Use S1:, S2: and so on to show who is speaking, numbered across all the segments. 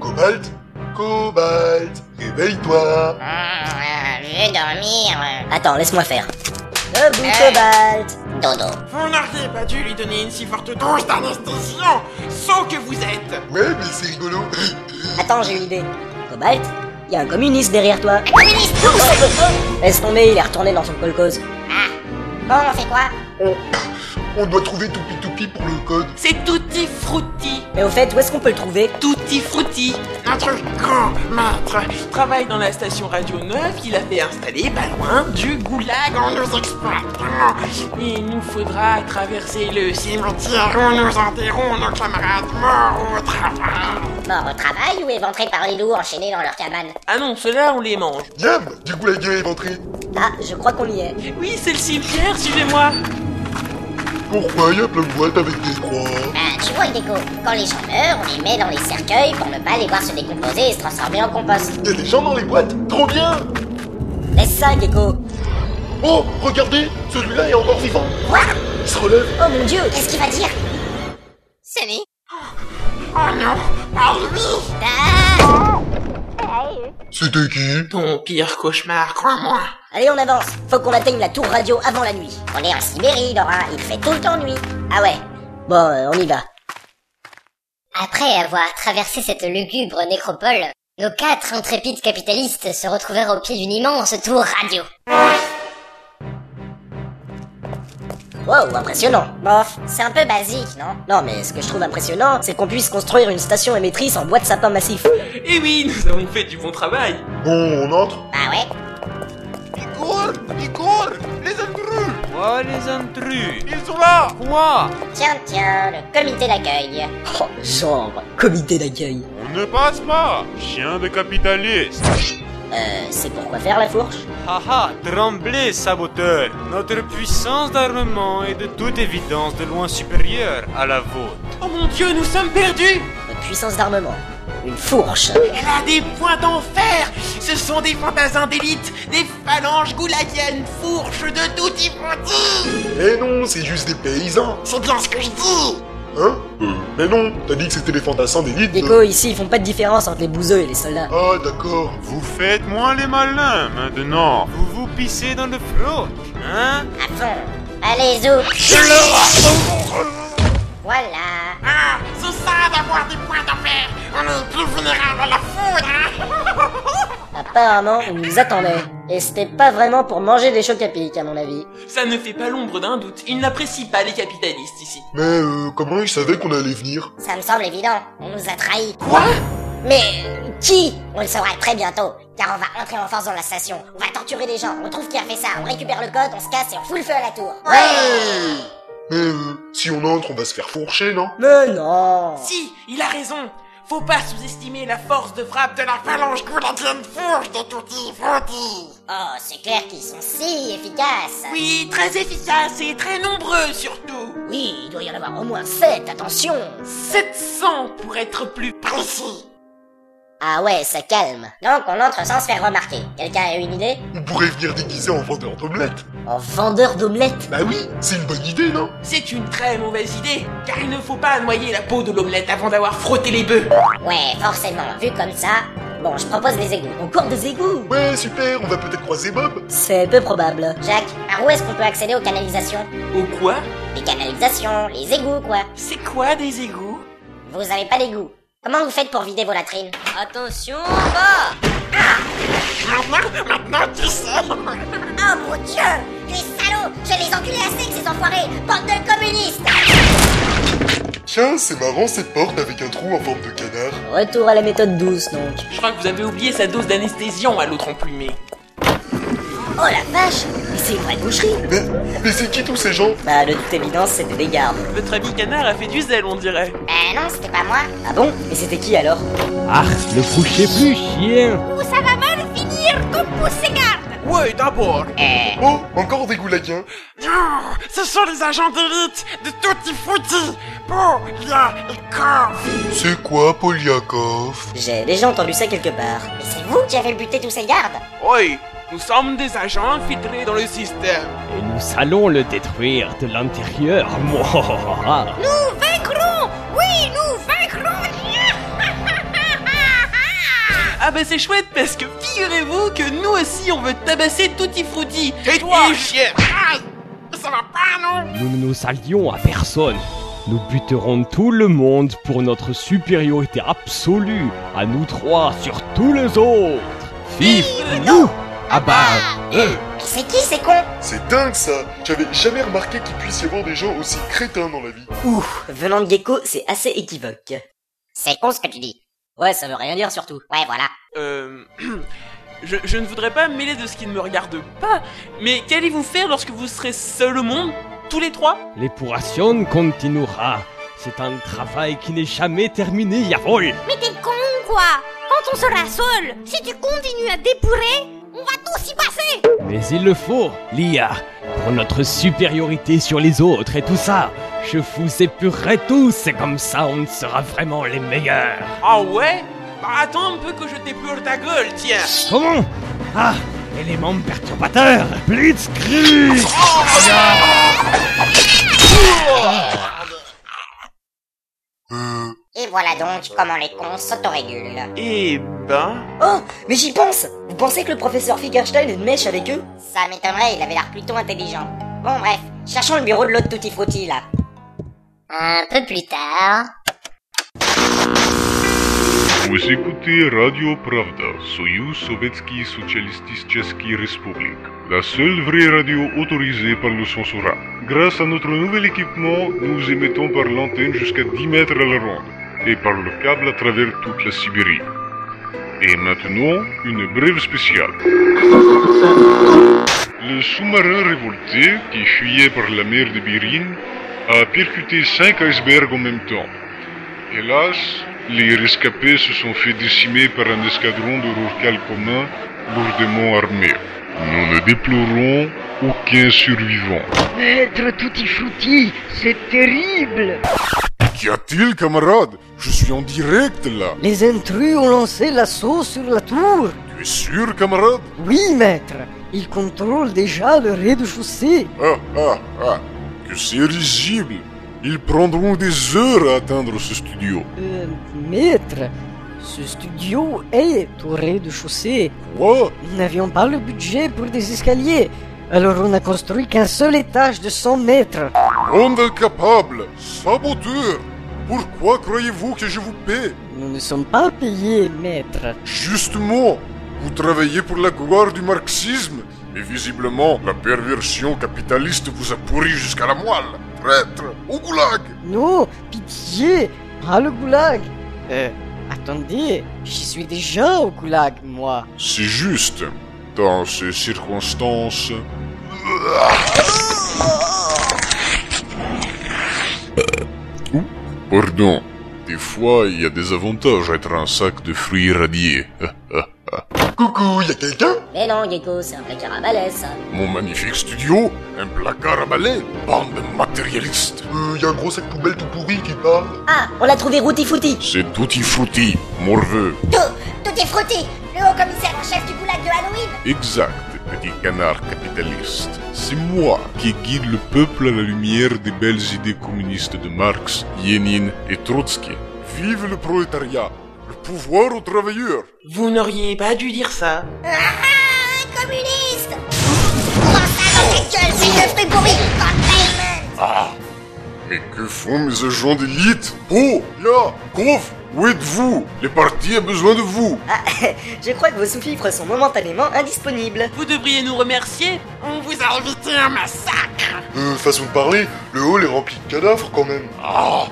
S1: Cobalt Cobalt Réveille-toi
S2: Ah, je vais dormir.
S3: Attends, laisse-moi faire. Debout, Cobalt
S2: Dodo.
S4: Vous n'auriez pas dû lui donner une si forte dose d'anesthésiant, sans que vous êtes
S1: Ouais, mais c'est rigolo
S3: Attends, j'ai une idée. Cobalt Il y a un communiste derrière toi.
S2: Communiste
S3: Laisse tomber, il est retourné dans son kolkhoz.
S2: Bon, on fait quoi
S1: on, on doit trouver Toupi Toupi pour le code.
S5: C'est Tutti Frutti.
S3: Mais au fait, où est-ce qu'on peut le trouver
S5: Tutti Frutti.
S4: notre grand maître. Il travaille dans la station radio 9 qu'il a fait installer pas loin du goulag on nous exploite. Il nous faudra traverser le cimetière où nous enterrons nos camarades morts au travail.
S2: Mort au travail ou éventrés par les loups enchaînés dans leur cabane
S5: Ah non, ceux-là, on les mange.
S1: Yam Du coup, la guerre est rentrée.
S3: Ah, je crois qu'on y est.
S5: Oui, c'est le cimetière, suivez-moi.
S1: Pourquoi y a plein de boîtes avec des croix
S2: Ben, tu vois le déco. Quand les gens meurent, on les met dans les cercueils pour ne pas les voir se décomposer et se transformer en compost.
S1: Y'a des gens dans les boîtes Trop bien
S3: Laisse ça, Gecko.
S1: Oh, regardez Celui-là est encore vivant
S2: Quoi
S1: Il se relève
S3: Oh mon dieu
S2: Qu'est-ce qu'il va dire Sunny
S4: Oh non, pas lui
S2: Ah
S1: C'était qui
S4: Ton pire cauchemar, crois-moi.
S3: Allez, on avance. Faut qu'on atteigne la tour radio avant la nuit.
S2: On est en Sibérie, Laura. Il fait tout le temps nuit.
S3: Ah ouais. Bon, euh, on y va.
S2: Après avoir traversé cette lugubre nécropole, nos quatre intrépides capitalistes se retrouvèrent au pied d'une immense tour radio.
S3: Wow, impressionnant.
S2: Bof, c'est un peu basique, non
S3: Non, mais ce que je trouve impressionnant, c'est qu'on puisse construire une station émettrice en bois de sapin massif.
S5: Eh oui, nous avons fait du bon travail.
S1: Bon, on entre
S2: Bah ouais.
S6: Igor Igor Les intrus
S7: Oh les intrus
S6: Ils sont là
S7: Quoi
S2: Tiens, tiens, le comité d'accueil.
S3: Oh, genre, comité d'accueil.
S6: On ne passe pas Chien de capitaliste
S3: Euh, c'est pourquoi faire la fourche
S7: Haha, tremblez saboteur Notre puissance d'armement est de toute évidence de loin supérieure à la vôtre.
S5: Oh mon dieu, nous sommes perdus
S3: Notre puissance d'armement. Une fourche.
S4: Elle a des points d'enfer Ce sont des fantasins d'élite, des phalanges goulagiennes, fourches de tout frutti
S1: Eh non, c'est juste des paysans
S4: C'est bien ce que je dis
S1: Hein euh, Mais non T'as dit que c'était les fantassins d'élite
S3: Gecko, ici, ils font pas de différence entre les bouseux et les soldats.
S1: Ah, d'accord
S6: Vous faites moins les malins maintenant
S7: Vous vous pissez dans le front, hein
S2: À fond. Allez, zou. Voilà.
S4: Ah, c'est ça d'avoir des points d'enfer On est plus vulnérable à la foudre
S3: Apparemment, on nous attendait. Et c'était pas vraiment pour manger des chocs à pic, à mon avis.
S5: Ça ne fait pas l'ombre d'un doute, ils n'apprécient pas les capitalistes ici.
S1: Mais euh, comment ils savaient qu'on allait venir
S2: Ça me semble évident. On nous a trahis.
S5: Quoi
S2: Mais euh, qui On le saura très bientôt. Car on va entrer en force dans la station. On va torturer des gens. On trouve qui a fait ça. On récupère le code, on se casse et on fout le feu à la tour.
S1: Ouais Mais euh, si on entre, on va se faire fourcher, non
S3: Mais Euh, non
S4: Si, il a raison Faut pas sous-estimer la force de frappe de la phalange goulagienne fourche de tutti frutti
S2: Oh, c'est clair qu'ils sont si efficaces.
S4: Oui, très efficace et très nombreux surtout
S2: Oui, il doit y en avoir au moins sept, attention
S4: 700 pour être plus précis
S2: Ah ouais, ça calme. Donc on entre sans se faire remarquer. Quelqu'un a une idée
S1: On pourrait venir déguiser en vendeur d'omelette
S3: En vendeur d'omelettes
S1: Bah oui, c'est une bonne idée, non
S4: C'est une très mauvaise idée, car il ne faut pas noyer la peau de l'omelette avant d'avoir frotté les bœufs
S2: Ouais, forcément, vu comme ça. Bon, je propose des égouts.
S3: On court des égouts
S1: Ouais, super, on va peut-être croiser Bob
S3: C'est peu probable.
S2: Jacques, par où est-ce qu'on peut accéder aux canalisations
S5: Au quoi
S2: Les canalisations, les égouts, quoi.
S5: C'est quoi des égouts
S2: Vous avez pas d'égouts. Comment vous faites pour vider vos latrines
S3: Attention, bas
S4: Maintenant, maintenant tu sais
S2: Oh mon dieu Les salauds Je vais les enculer à sec, ces enfoirés Bande de communistes
S1: Tiens, c'est marrant cette porte avec un trou en forme de canard.
S3: Retour à la méthode douce, donc.
S5: Je crois que vous avez oublié sa dose d'anesthésiant à l'autre emplumé.
S2: Oh la vache
S3: Mais c'est une vraie boucherie
S1: Mais, mais c'est qui tous ces gens
S3: Bah, de toute évidence, c'était des gardes.
S5: Votre ami canard a fait du zèle, on dirait.
S2: Euh, non, c'était pas moi.
S3: Ah bon Et c'était qui alors
S8: Ah, ne couchez plus, chien
S2: Ça va mal finir comme pour ces gardes
S4: Ouais, d'abord
S2: Euh,
S1: Oh, encore des goulaquins
S4: Non Ce sont les agents d'élite de Tutti Frutti Bon, il y a les corps
S1: C'est quoi Poliakov
S3: J'ai déjà entendu ça quelque part.
S2: mais c'est vous qui avez buté tous ces gardes
S4: Oui, nous sommes des agents infiltrés dans le système
S8: Et nous allons le détruire de l'intérieur. Mouahaha.
S2: Nous vaincrons Oui, nous vaincrons
S5: Ah bah c'est chouette parce que figurez-vous que nous aussi on veut tabasser Tutti Frutti
S4: Tais-toi,
S5: Et-
S4: chien Aïe Ça va pas, non
S8: Nous ne nous salions à personne. Nous buterons tout le monde pour notre supériorité absolue, à nous trois sur tous les autres. Fif, nous Ah bah, eux
S2: Mais c'est qui ces cons
S9: C'est dingue ça J'avais jamais remarqué qu'il puisse y avoir des gens aussi crétins dans la vie.
S3: Ouf, venant de Gecko, c'est assez équivoque.
S2: C'est con ce que tu dis.
S3: Ouais, ça veut rien dire surtout.
S2: Ouais, voilà.
S5: Euh... Je, je ne voudrais pas me mêler de ce qui ne me regarde pas, mais qu'allez-vous faire lorsque vous serez seuls au monde Tous les trois
S8: l'épuration continuera. C'est un travail qui n'est jamais terminé, jawohl
S10: Mais t'es con quoi Quand on sera seul, si tu continues à dépourer, on va tous y passer
S8: Mais il le faut, Lia, pour notre supériorité sur les autres et tout ça. Je vous épurerai tous et comme ça on sera vraiment les meilleurs.
S5: Ah ouais Bah attends un peu que je t'épure ta gueule, tiens
S8: Comment Ah Élément perturbateur Blitzkrieg
S9: Euh...
S2: Et voilà donc comment les cons s'autorégulent.
S5: Eh ben...
S3: Oh, mais j'y pense Vous pensez que le professeur Fingerstein est une mèche avec eux
S2: Ça m'étonnerait, il avait l'air plutôt intelligent. Bon bref,
S3: Cherchons le bureau de l'autre Tutti Frutti, là.
S2: un peu plus tard...
S11: Vous écoutez Radio Pravda, Soyuz Sovietski Socialistische République, la seule vraie radio autorisée par le censorat. Grâce à notre nouvel équipement, nous émettons par l'antenne jusqu'à 10 mètres à la ronde et par le câble à travers toute la Sibérie. Et maintenant, une brève spéciale. Le sous-marin révolté, qui fuyait par la mer de Birin, a percuté cinq icebergs en même temps. Hélas, les rescapés se sont fait décimer par un escadron de rurales communs lourdement armés. Nous ne déplorons aucun survivant.
S9: Qu'y a-t-il, camarade Je suis en direct, là
S12: Les intrus ont lancé l'assaut sur la tour.
S9: Tu es sûr, camarade
S12: Oui, maître. Ils contrôlent déjà le rez-de-chaussée.
S9: Ah, ah, ah Que c'est risible Ils prendront des heures à atteindre ce studio.
S12: Euh, maître, ce studio est au rez-de-chaussée.
S9: Quoi
S12: Nous n'avions pas le budget pour des escaliers. Alors on a construit qu'un seul étage de 100 mètres.
S9: Monde incapable Saboteur Pourquoi croyez-vous que je vous paie
S12: Nous ne sommes pas payés, maître.
S9: Justement, vous travaillez pour la gloire du marxisme, mais visiblement, la perversion capitaliste vous a pourri jusqu'à la moelle. Traître, au goulag
S12: Non, pitié, pas le goulag. Euh, attendez, j'y suis déjà au goulag, moi.
S9: C'est juste. Dans ces circonstances... Ouh, Pardon. Des fois, il y a des avantages à être un sac de fruits radiés. Coucou, y a quelqu'un
S2: Mais non, Gecko, c'est un placard à balais, ça.
S9: Mon magnifique studio, un placard à balai, bande matérialiste. Euh, y a un gros sac poubelle tout pourri qui parle.
S3: Ah, on l'a trouvé Routi Fouti
S9: C'est tutti frutti, morveux.
S2: Tout, tout est frotté Le haut commissaire en chef du goulag de Halloween
S11: Exact, petit canard capitaliste. C'est moi qui guide le peuple à la lumière des belles idées communistes de Marx, Lénine et Trotsky.
S9: Vive le prolétariat, le pouvoir aux travailleurs.
S4: Vous n'auriez pas dû dire ça.
S2: Un communiste Prends ça dans ta gueule, fille de fruits pourris Containment
S9: Mais que font mes agents d'élite Oh, là, conf, où êtes-vous Les partis a besoin de vous.
S3: Je crois que vos sous-fifres sont momentanément indisponibles.
S5: Vous devriez nous remercier
S4: On vous a invité à un massacre
S9: Euh, façon de parler, le hall est rempli de cadavres quand même. Ah,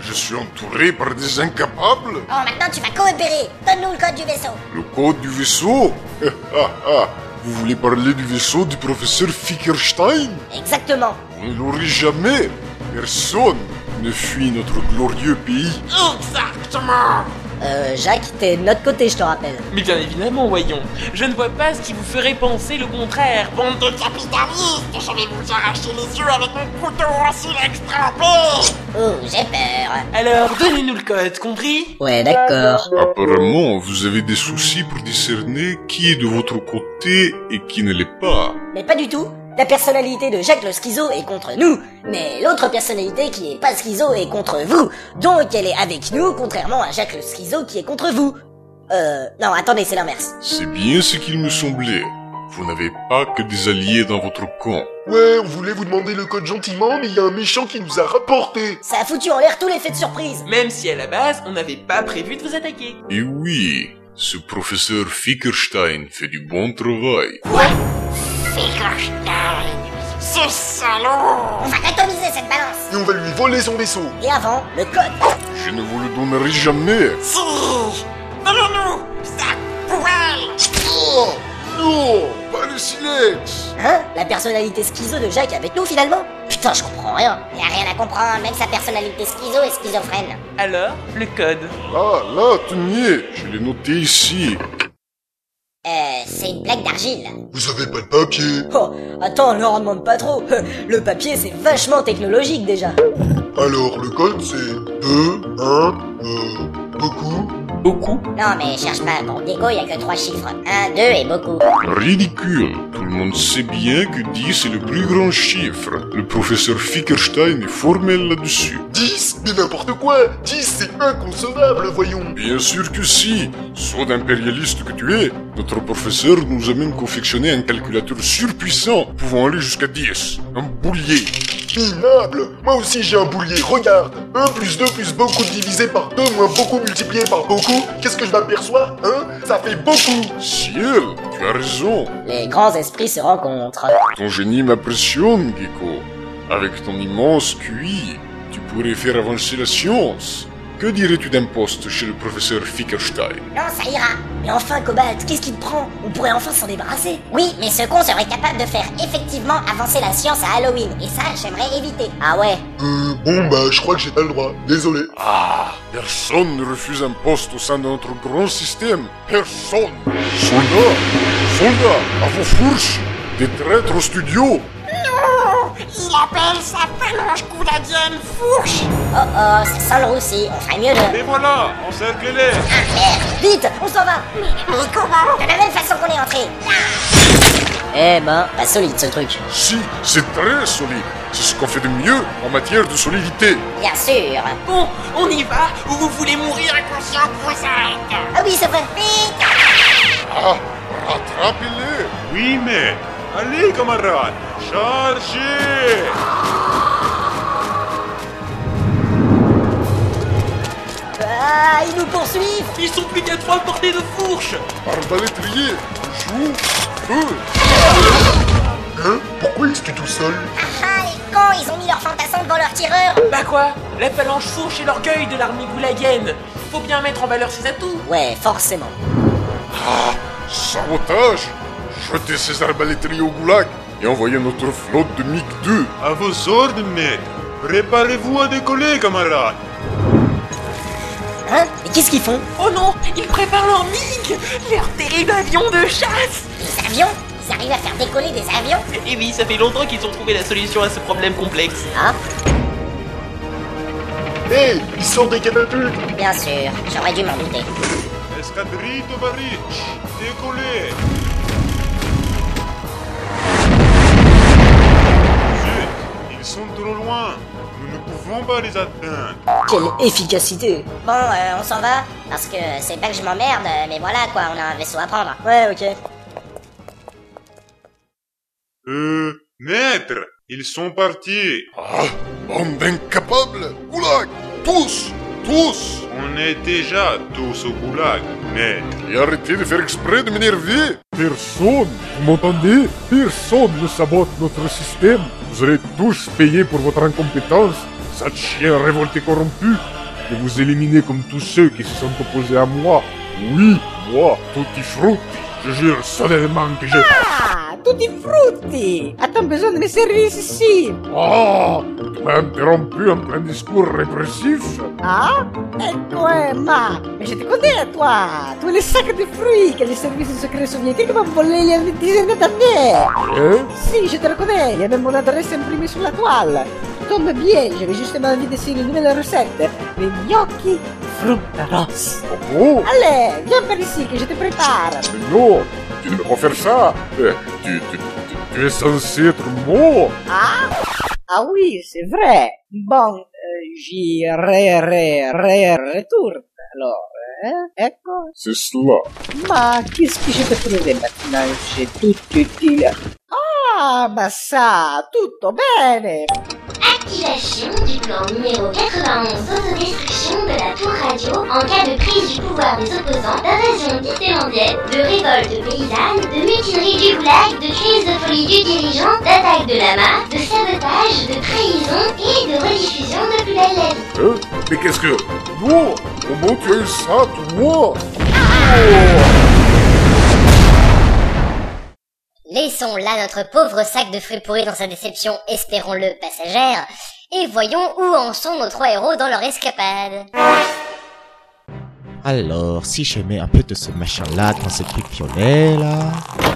S9: je suis entouré par des incapables.
S2: Bon, Oh, maintenant tu vas coopérer Donne-nous le code du vaisseau
S9: Le code du vaisseau Ah, ah. Vous voulez parler du vaisseau du professeur Fickerstein
S3: Exactement.
S9: Vous ne l'aurez jamais Personne ne fuit notre glorieux pays.
S4: Exactement
S3: Euh, Jacques, t'es de notre côté, je te rappelle.
S5: Mais bien évidemment, voyons. Je ne vois pas ce qui vous ferait penser le contraire.
S4: Bande de capitalistes Je vais vous arracher les yeux avec mon couteau racine extrapé
S2: Oh, j'ai peur
S5: Alors, donnez-nous le code, compris
S3: Ouais, d'accord.
S11: Apparemment, vous avez des soucis pour discerner qui est de votre côté et qui ne l'est pas.
S3: Mais pas du tout. La personnalité de Jacques le schizo est contre nous, mais l'autre personnalité qui est pas schizo est contre vous. Donc elle est avec nous, contrairement à Jacques le schizo qui est contre vous.
S2: Euh, non, attendez, c'est l'inverse.
S9: C'est bien ce qu'il me semblait. Vous n'avez pas que des alliés dans votre camp. Ouais, on voulait vous demander le code gentiment, mais il y a un méchant qui nous a rapporté.
S2: Ça a foutu en l'air tous les faits de surprise.
S5: Même si à la base, on n'avait pas prévu de vous attaquer.
S9: Et oui, ce professeur Fickerstein fait du bon travail.
S2: Finkelstein Ce salaud On va atomiser cette balance
S9: Et on va lui voler son vaisseau.
S2: Et avant, le code
S9: Je ne vous le donnerai jamais.
S2: Si Donnons-nous Ça poêle
S9: Oh, Non Pas le silex
S3: Hein La personnalité schizo de Jacques avec nous finalement
S2: Putain, je comprends rien. Y a rien à comprendre, même sa personnalité schizo est schizophrène.
S5: Alors, le code.
S9: Ah, là, tenez, je l'ai noté ici.
S2: Euh, c'est une plaque d'argile.
S9: Vous avez pas de papier
S3: Oh, attends, ne leur demande pas trop. Le papier, c'est vachement technologique déjà.
S9: Alors, le code, c'est 2, 1, euh, beaucoup.
S5: Beaucoup
S2: Non, mais cherche pas, pour Déco, y a que trois chiffres. Un, deux et beaucoup.
S9: Ridicule. Tout le monde sait bien que 10 est le plus grand chiffre. Le professeur Fickerstein est formel là-dessus.
S1: 10 Mais n'importe quoi 10 c'est inconcevable, voyons
S9: Bien sûr que si. Soit d'impérialiste que tu es, notre professeur nous a même confectionné un calculateur surpuissant pouvant aller jusqu'à 10. Un boulier.
S1: Minable Moi aussi j'ai un boulier, regarde 1 plus 2 plus beaucoup divisé par 2 moins beaucoup multiplié par beaucoup, qu'est-ce que je m'aperçois Hein Ça fait beaucoup
S9: Ciel, tu as raison.
S3: Les grands esprits se rencontrent.
S9: Ton génie m'impressionne, Gecko. Avec ton immense QI, tu pourrais faire avancer la science. Que dirais-tu d'un poste chez le professeur Fickerstein
S2: Non, ça ira.
S3: Mais enfin, Cobalt, qu'est-ce qui te prend On pourrait enfin s'en débarrasser.
S2: Oui, mais ce con serait capable de faire effectivement avancer la science à Halloween, et ça, j'aimerais éviter. Ah ouais
S1: Euh, bon bah je crois que j'ai pas le droit, désolé.
S9: Ah, personne ne refuse un poste au sein de notre grand système. Personne. Soldats, soldats, à vos fourches, des traîtres au studio.
S2: Non Il appelle sa phalange couladienne fourche Oh oh, ça sent le roussi, on ferait mieux de...
S7: Et voilà, encerclez-les
S2: Ah merde
S3: Vite, on s'en va
S2: Mais, mais comment De la même façon qu'on est entré
S3: Eh ben, pas solide ce truc.
S9: Si, c'est très solide. C'est ce qu'on fait de mieux en matière de solidité.
S2: Bien sûr Ah
S4: Bon, on y va, ou vous voulez mourir inconscient pour ça
S2: Ah oui, c'est vrai Vite
S9: Ah, rattrapez-les.
S7: Oui, mais... Allez, camarades Chargez
S3: Ah, ils nous poursuivent
S5: Ils sont plus qu'à trois portées de fourche
S9: Arbalétrier, joue, feu.
S1: Hein Pourquoi est-ce que tout seul
S2: Ah ah, les cons, ils ont mis leur fantassin devant leur tireur
S5: Bah quoi La phalange fourche est l'orgueil de l'armée goulagienne Faut bien mettre en valeur ses atouts
S3: Ouais, forcément.
S9: Ah, sabotage. Jetez ces arbalétriers au goulag et envoyez notre flotte de MiG-2.
S7: À vos ordres, maître Préparez-vous à décoller, camarades
S3: Hein Mais qu'est-ce qu'ils font
S4: Oh non, ils préparent leur MiG Leur terrible avion de chasse
S2: Les avions Ils arrivent à faire décoller des avions
S5: Et Eh oui, ça fait longtemps qu'ils ont trouvé la solution à ce problème complexe.
S2: Ah,
S1: Hé Ils sortent des catapultes
S2: bien sûr, j'aurais dû m'en douter.
S7: Escadrille Tovarich, décollez Zut, ils sont trop loin Nous ne pouvons pas les atteindre
S3: Quelle efficacité
S2: Bon, euh, on s'en va Parce que c'est pas que je m'emmerde, euh, mais voilà quoi, on a un vaisseau à prendre.
S3: Ouais, ok.
S7: Euh, maître, ils sont partis
S9: Ah, bande d'incapables Goulag Tous Tous
S7: On est déjà tous au goulag, maître
S9: Et arrêtez de faire exprès de m'énerver Personne, vous m'entendez Personne ne sabote notre système Vous allez tous payer pour votre incompétence, sale chien révolté corrompu Je vais vous éliminer comme tous ceux qui se sont opposés à moi Oui, moi, Tutti Frutti Je jure solennement que je...
S12: Ah, tutti frutti A-t-on besoin de mes services ici
S9: Ah Tu m'as interrompu en plein discours répressif
S12: Ah Et toi, Emma Mais je te connais, toi Tous les sacs de fruits que les services secrets soviétiques m'ont volé il y a une dizaine d'années
S9: Hein
S12: Si, je te reconnais, il y a même mon adresse imprimée sur la toile Tombe bien, j'avais justement envie d'essayer une nouvelle recette Les gnocchi fruttaros
S9: Oh
S12: Allez, viens par ici que je te prépare
S9: Non, tu ne peux pas faire ça. Euh, Tu, tu, tu, tu es censé être mort.
S12: Ah Ah oui, c'est vrai. Bon, euh, j'y ré, ré, ré, retourne. Alors, euh, hein Ecco.
S9: C'est cela.
S12: Ma qu'est-ce que je peux trouver maintenant J'ai tout utile. Ah, ma ça, tutto bene.
S13: Activation du plan numéro 91 autodestruction de la tour radio en cas de prise du pouvoir des opposants, d'invasion d'Islandienne, de révolte paysanne, de mutinerie du goulag, de crise de folie du dirigeant, d'attaque de lama, de sabotage, de trahison et de rediffusion de plus belle la vie.
S9: Hein Mais qu'est-ce que... Non Comment tu as eu ça, toi
S2: Laissons là notre pauvre sac de fruits pourris dans sa déception, espérons-le, passagère, et voyons où en sont nos trois héros dans leur escapade.
S14: Alors, si je mets un peu de ce machin-là dans ce truc violet, là...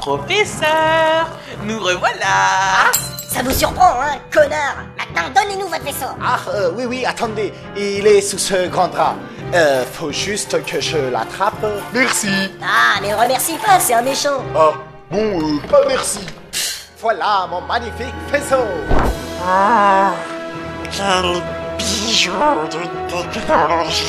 S4: Professeur, nous
S5: Ah
S4: revoilà
S2: Ça vous surprend, hein, connard Maintenant, donnez-nous votre vaisseau
S15: Ah, euh, oui, oui, attendez, il est sous ce grand drap. Euh, faut juste que je l'attrape.
S1: Merci.
S2: Ah, mais remercie pas, c'est un méchant
S3: Oh.
S1: Ah, bon, euh, pas merci.
S15: Voilà mon magnifique vaisseau.
S4: Ah, quel bijou de technologie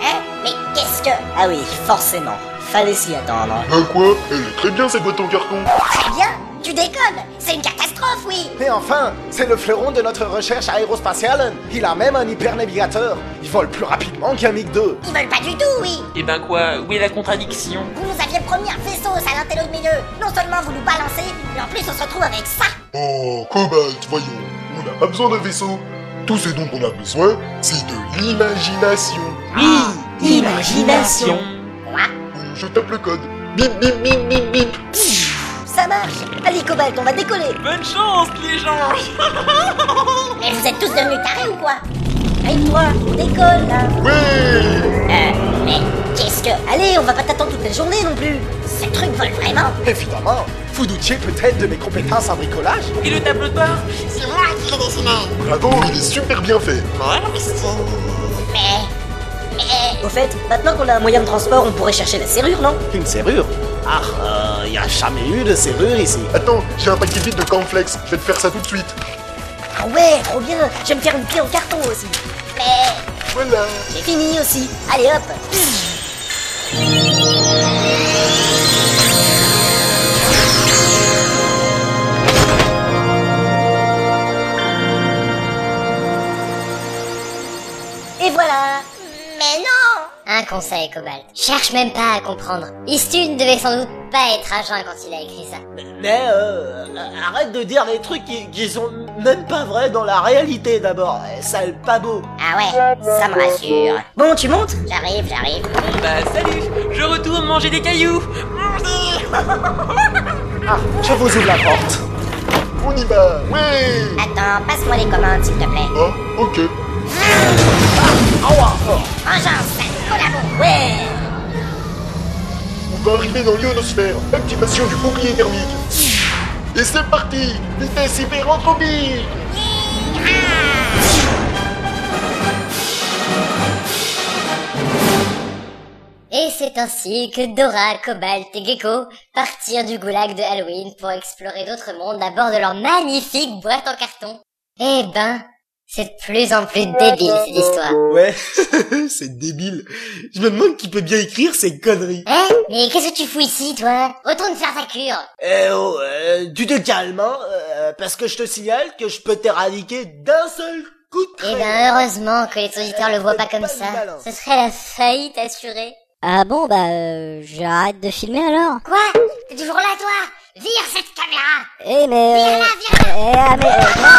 S2: Hein Mais qu'est-ce que...
S3: Ah oui, forcément. Fallait s'y attendre.
S1: Ben quoi Elle est très bien cette boîte en carton.
S2: Très bien Tu déconnes C'est une catastrophe, oui
S15: Mais enfin, c'est le fleuron de notre recherche aérospatiale. Il a même un hypernavigateur. Il vole plus rapidement qu'un MiG-2.
S2: Ils veulent pas du tout, oui
S5: Et ben quoi, où est la contradiction
S2: Vous nous aviez promis un vaisseau, ça l'intello de milieu Non seulement vous nous balancez, mais en plus on se retrouve avec ça
S1: Oh, Cobalt, voyons. On n'a pas besoin d'un vaisseau. Tout ce dont on a besoin, c'est de l'imagination.
S4: Oui, imagination.
S2: Quoi
S1: Euh, Je tape le code.
S2: Bip bip bip bip bip Ça marche Allez, Cobalt, on va décoller
S5: Bonne chance, les gens
S2: Mais vous êtes tous devenus tarés ou quoi Allez, toi, on décolle, là
S1: Ouais
S2: Euh, mais qu'est-ce que... Allez, on va pas t'attendre toute la journée non plus Ce truc vole vraiment
S15: Évidemment, vous doutiez peut-être de mes compétences en bricolage
S5: Et le tableau de bord
S13: C'est moi qui l'ai dessiné.
S1: Bravo, il est super bien fait.
S13: Moi, Christine.
S2: Mais... Mais...
S3: Au fait, maintenant qu'on a un moyen de transport, on pourrait chercher la serrure, non
S15: Une serrure Ah, il n'y a jamais eu de serrure ici.
S1: Attends, j'ai un paquet vide de cornflakes. Je vais te faire ça tout de suite.
S2: Ah ouais, trop bien Je vais me faire une clé en carton aussi Mais...
S1: Voilà.
S2: J'ai fini aussi Allez, hop Et voilà
S13: Mais non
S2: Un conseil, Cobalt. Cherche même pas à comprendre. Istune devait sans doute pas être à jeun quand il a écrit ça.
S15: Mais euh, arrête de dire des trucs qui, qui sont même pas vrais dans la réalité d'abord. Eh, Sale pas beau.
S2: Ah ouais, ça me rassure.
S3: Bon, tu montes
S2: J'arrive, j'arrive.
S5: Bah salut, je retourne manger des cailloux
S15: Ah, je vous ouvre la porte.
S1: On y va. Ouais.
S2: Attends, passe-moi les commandes, s'il te plaît.
S1: Ah, ok.
S2: Vengeance, sale collabo Ouais
S1: On va arriver dans l'ionosphère. Activation du bouclier thermique. Et c'est parti Vitesse hyperentropique
S2: Et c'est ainsi que Dora, Cobalt et Gecko partirent du goulag de Halloween pour explorer d'autres mondes à bord de leur magnifique boîte en carton. Eh ben, c'est de plus en plus débile cette histoire.
S15: Ouais, c'est débile. Je me demande qui peut bien écrire ces conneries.
S2: Hein Mais qu'est-ce que tu fous ici, toi Retourne faire ta cure
S15: Eh oh, euh, tu te calmes, hein, euh, parce que je te signale que je peux t'éradiquer d'un seul coup de
S2: Eh
S15: crayon.
S2: ben, heureusement que les auditeurs le voient pas comme ça. Ce serait la faillite assurée. Ah bon, bah, euh, j'arrête de filmer alors.
S13: Quoi T'es toujours là, toi Vire cette caméra
S2: Eh mais...
S13: Vire-la, vire-la
S2: Eh, ah, mais... euh,